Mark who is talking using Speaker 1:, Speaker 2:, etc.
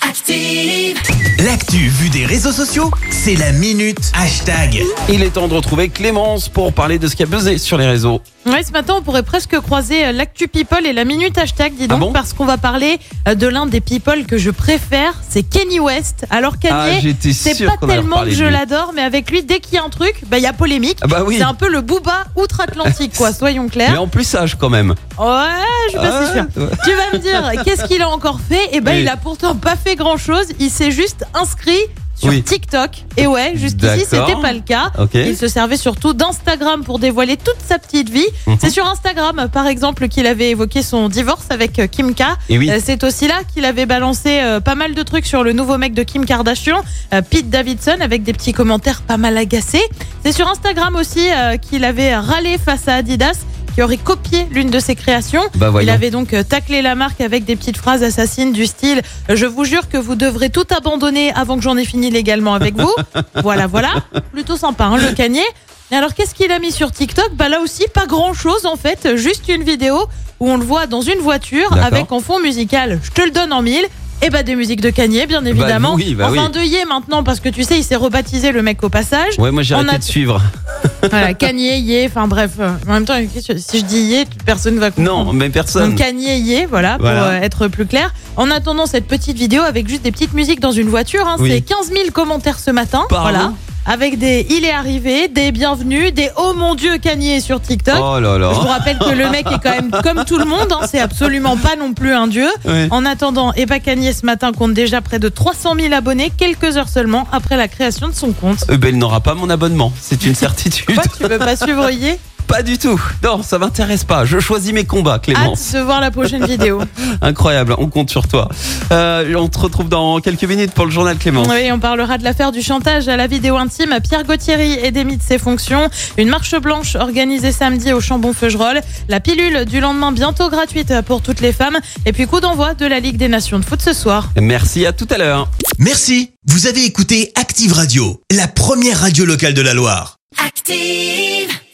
Speaker 1: Active.
Speaker 2: L'actu vue des réseaux sociaux, c'est la minute hashtag.
Speaker 3: Il est temps de retrouver Clémence pour parler de ce qui a buzzé sur les réseaux.
Speaker 4: Ouais, ce matin, on pourrait presque croiser euh, l'actu people et la minute hashtag, dis donc,
Speaker 3: Ah bon
Speaker 4: parce qu'on va parler euh, de l'un des people que je préfère, c'est Kenny West. Alors Kanye,
Speaker 3: j'étais
Speaker 4: c'est
Speaker 3: Ah, sûr
Speaker 4: pas
Speaker 3: qu'on allait
Speaker 4: tellement que
Speaker 3: reparler de
Speaker 4: je
Speaker 3: lui.
Speaker 4: l'adore, mais avec lui, dès qu'il y a un truc, bah il y a polémique.
Speaker 3: Ah bah oui.
Speaker 4: C'est un peu le booba outre-Atlantique, quoi, soyons
Speaker 3: Mais
Speaker 4: clairs.
Speaker 3: en plus sage quand même. Ah,
Speaker 4: Ouais, je suis pas si sûre.
Speaker 3: Ouais.
Speaker 4: Tu vas me dire, qu'est-ce qu'il a encore fait Eh ben,
Speaker 3: Oui.
Speaker 4: il a pourtant pas fait grand-chose, il s'est juste inscrit sur
Speaker 3: Oui.
Speaker 4: TikTok. Et ouais, jusqu'ici,
Speaker 3: D'accord.
Speaker 4: c'était pas le cas.
Speaker 3: Ok.
Speaker 4: Il se servait surtout d'Instagram pour dévoiler toute sa petite vie.
Speaker 3: Mhm.
Speaker 4: C'est sur Instagram, par exemple, qu'il avait évoqué son divorce avec euh, Kim K.
Speaker 3: Et oui.
Speaker 4: Euh, C'est aussi là qu'il avait balancé euh, pas mal de trucs sur le nouveau mec de Kim Kardashian, euh, Pete Davidson, avec des petits commentaires pas mal agacés. C'est sur Instagram aussi euh, qu'il avait râlé face à Adidas, qui aurait copié l'une de ses créations.
Speaker 3: Bah
Speaker 4: Il
Speaker 3: voyons.
Speaker 4: avait donc euh, taclé la marque avec des petites phrases assassines du style ⁇ Je vous jure que vous devrez tout abandonner avant que j'en ai fini légalement avec vous ⁇ Voilà, voilà. Plutôt sympa, hein, le canier. Et alors qu'est-ce qu'il a mis sur TikTok Bah là aussi, pas grand-chose en fait, juste une vidéo où on le voit dans une voiture
Speaker 3: D'accord.
Speaker 4: avec en fond musical ⁇ Je te le donne en mille ⁇ et bah des musiques de Cagné bien évidemment.
Speaker 3: oui, bah oui.
Speaker 4: enfin deuillé maintenant parce que tu sais il s'est rebaptisé le mec au passage.
Speaker 3: Ouais, moi j'ai
Speaker 4: On
Speaker 3: arrêté
Speaker 4: a-
Speaker 3: de suivre.
Speaker 4: Voilà Cagné, Yé, enfin bref. euh, En même temps qu'est-ce que- si je dis Yé, personne ne va comprendre.
Speaker 3: Non, mais personne.
Speaker 4: Donc Kanye y est, voilà, pour
Speaker 3: Voilà.
Speaker 4: euh, être plus clair. En attendant cette petite vidéo avec juste des petites musiques dans une voiture, hein,
Speaker 3: Oui.
Speaker 4: c'est 15 000 commentaires ce matin,
Speaker 3: Pardon
Speaker 4: voilà. Avec des il est arrivé, des bienvenus, des oh mon dieu Kanye est sur TikTok.
Speaker 3: Oh là
Speaker 4: Je vous
Speaker 3: là.
Speaker 4: rappelle que le mec est quand même comme tout le monde, hein, c'est absolument pas non plus un dieu.
Speaker 3: Ouais.
Speaker 4: En attendant, Eva Kanye ce matin compte déjà près de 300 000 abonnés, quelques heures seulement après la création de son compte.
Speaker 3: Euh, ben, il n'aura pas mon abonnement, c'est une certitude.
Speaker 4: Quoi, tu veux pas suivre Yé
Speaker 3: pas du tout. Non, ça m'intéresse pas. Je choisis mes combats,
Speaker 4: Hâte
Speaker 3: Clémence.
Speaker 4: de voir la prochaine vidéo.
Speaker 3: Incroyable, on compte sur toi. Euh, on te retrouve dans quelques minutes pour le journal, Clémence.
Speaker 4: Oui, on parlera de l'affaire du chantage à la vidéo intime à Pierre Gauthieri et démis de ses fonctions. Une marche blanche organisée samedi au Chambon-Feugerolles. La pilule du lendemain bientôt gratuite pour toutes les femmes. Et puis coup d'envoi de la Ligue des Nations de foot ce soir.
Speaker 3: Merci, à tout à l'heure.
Speaker 2: Merci, vous avez écouté Active Radio, la première radio locale de la Loire.
Speaker 1: Active.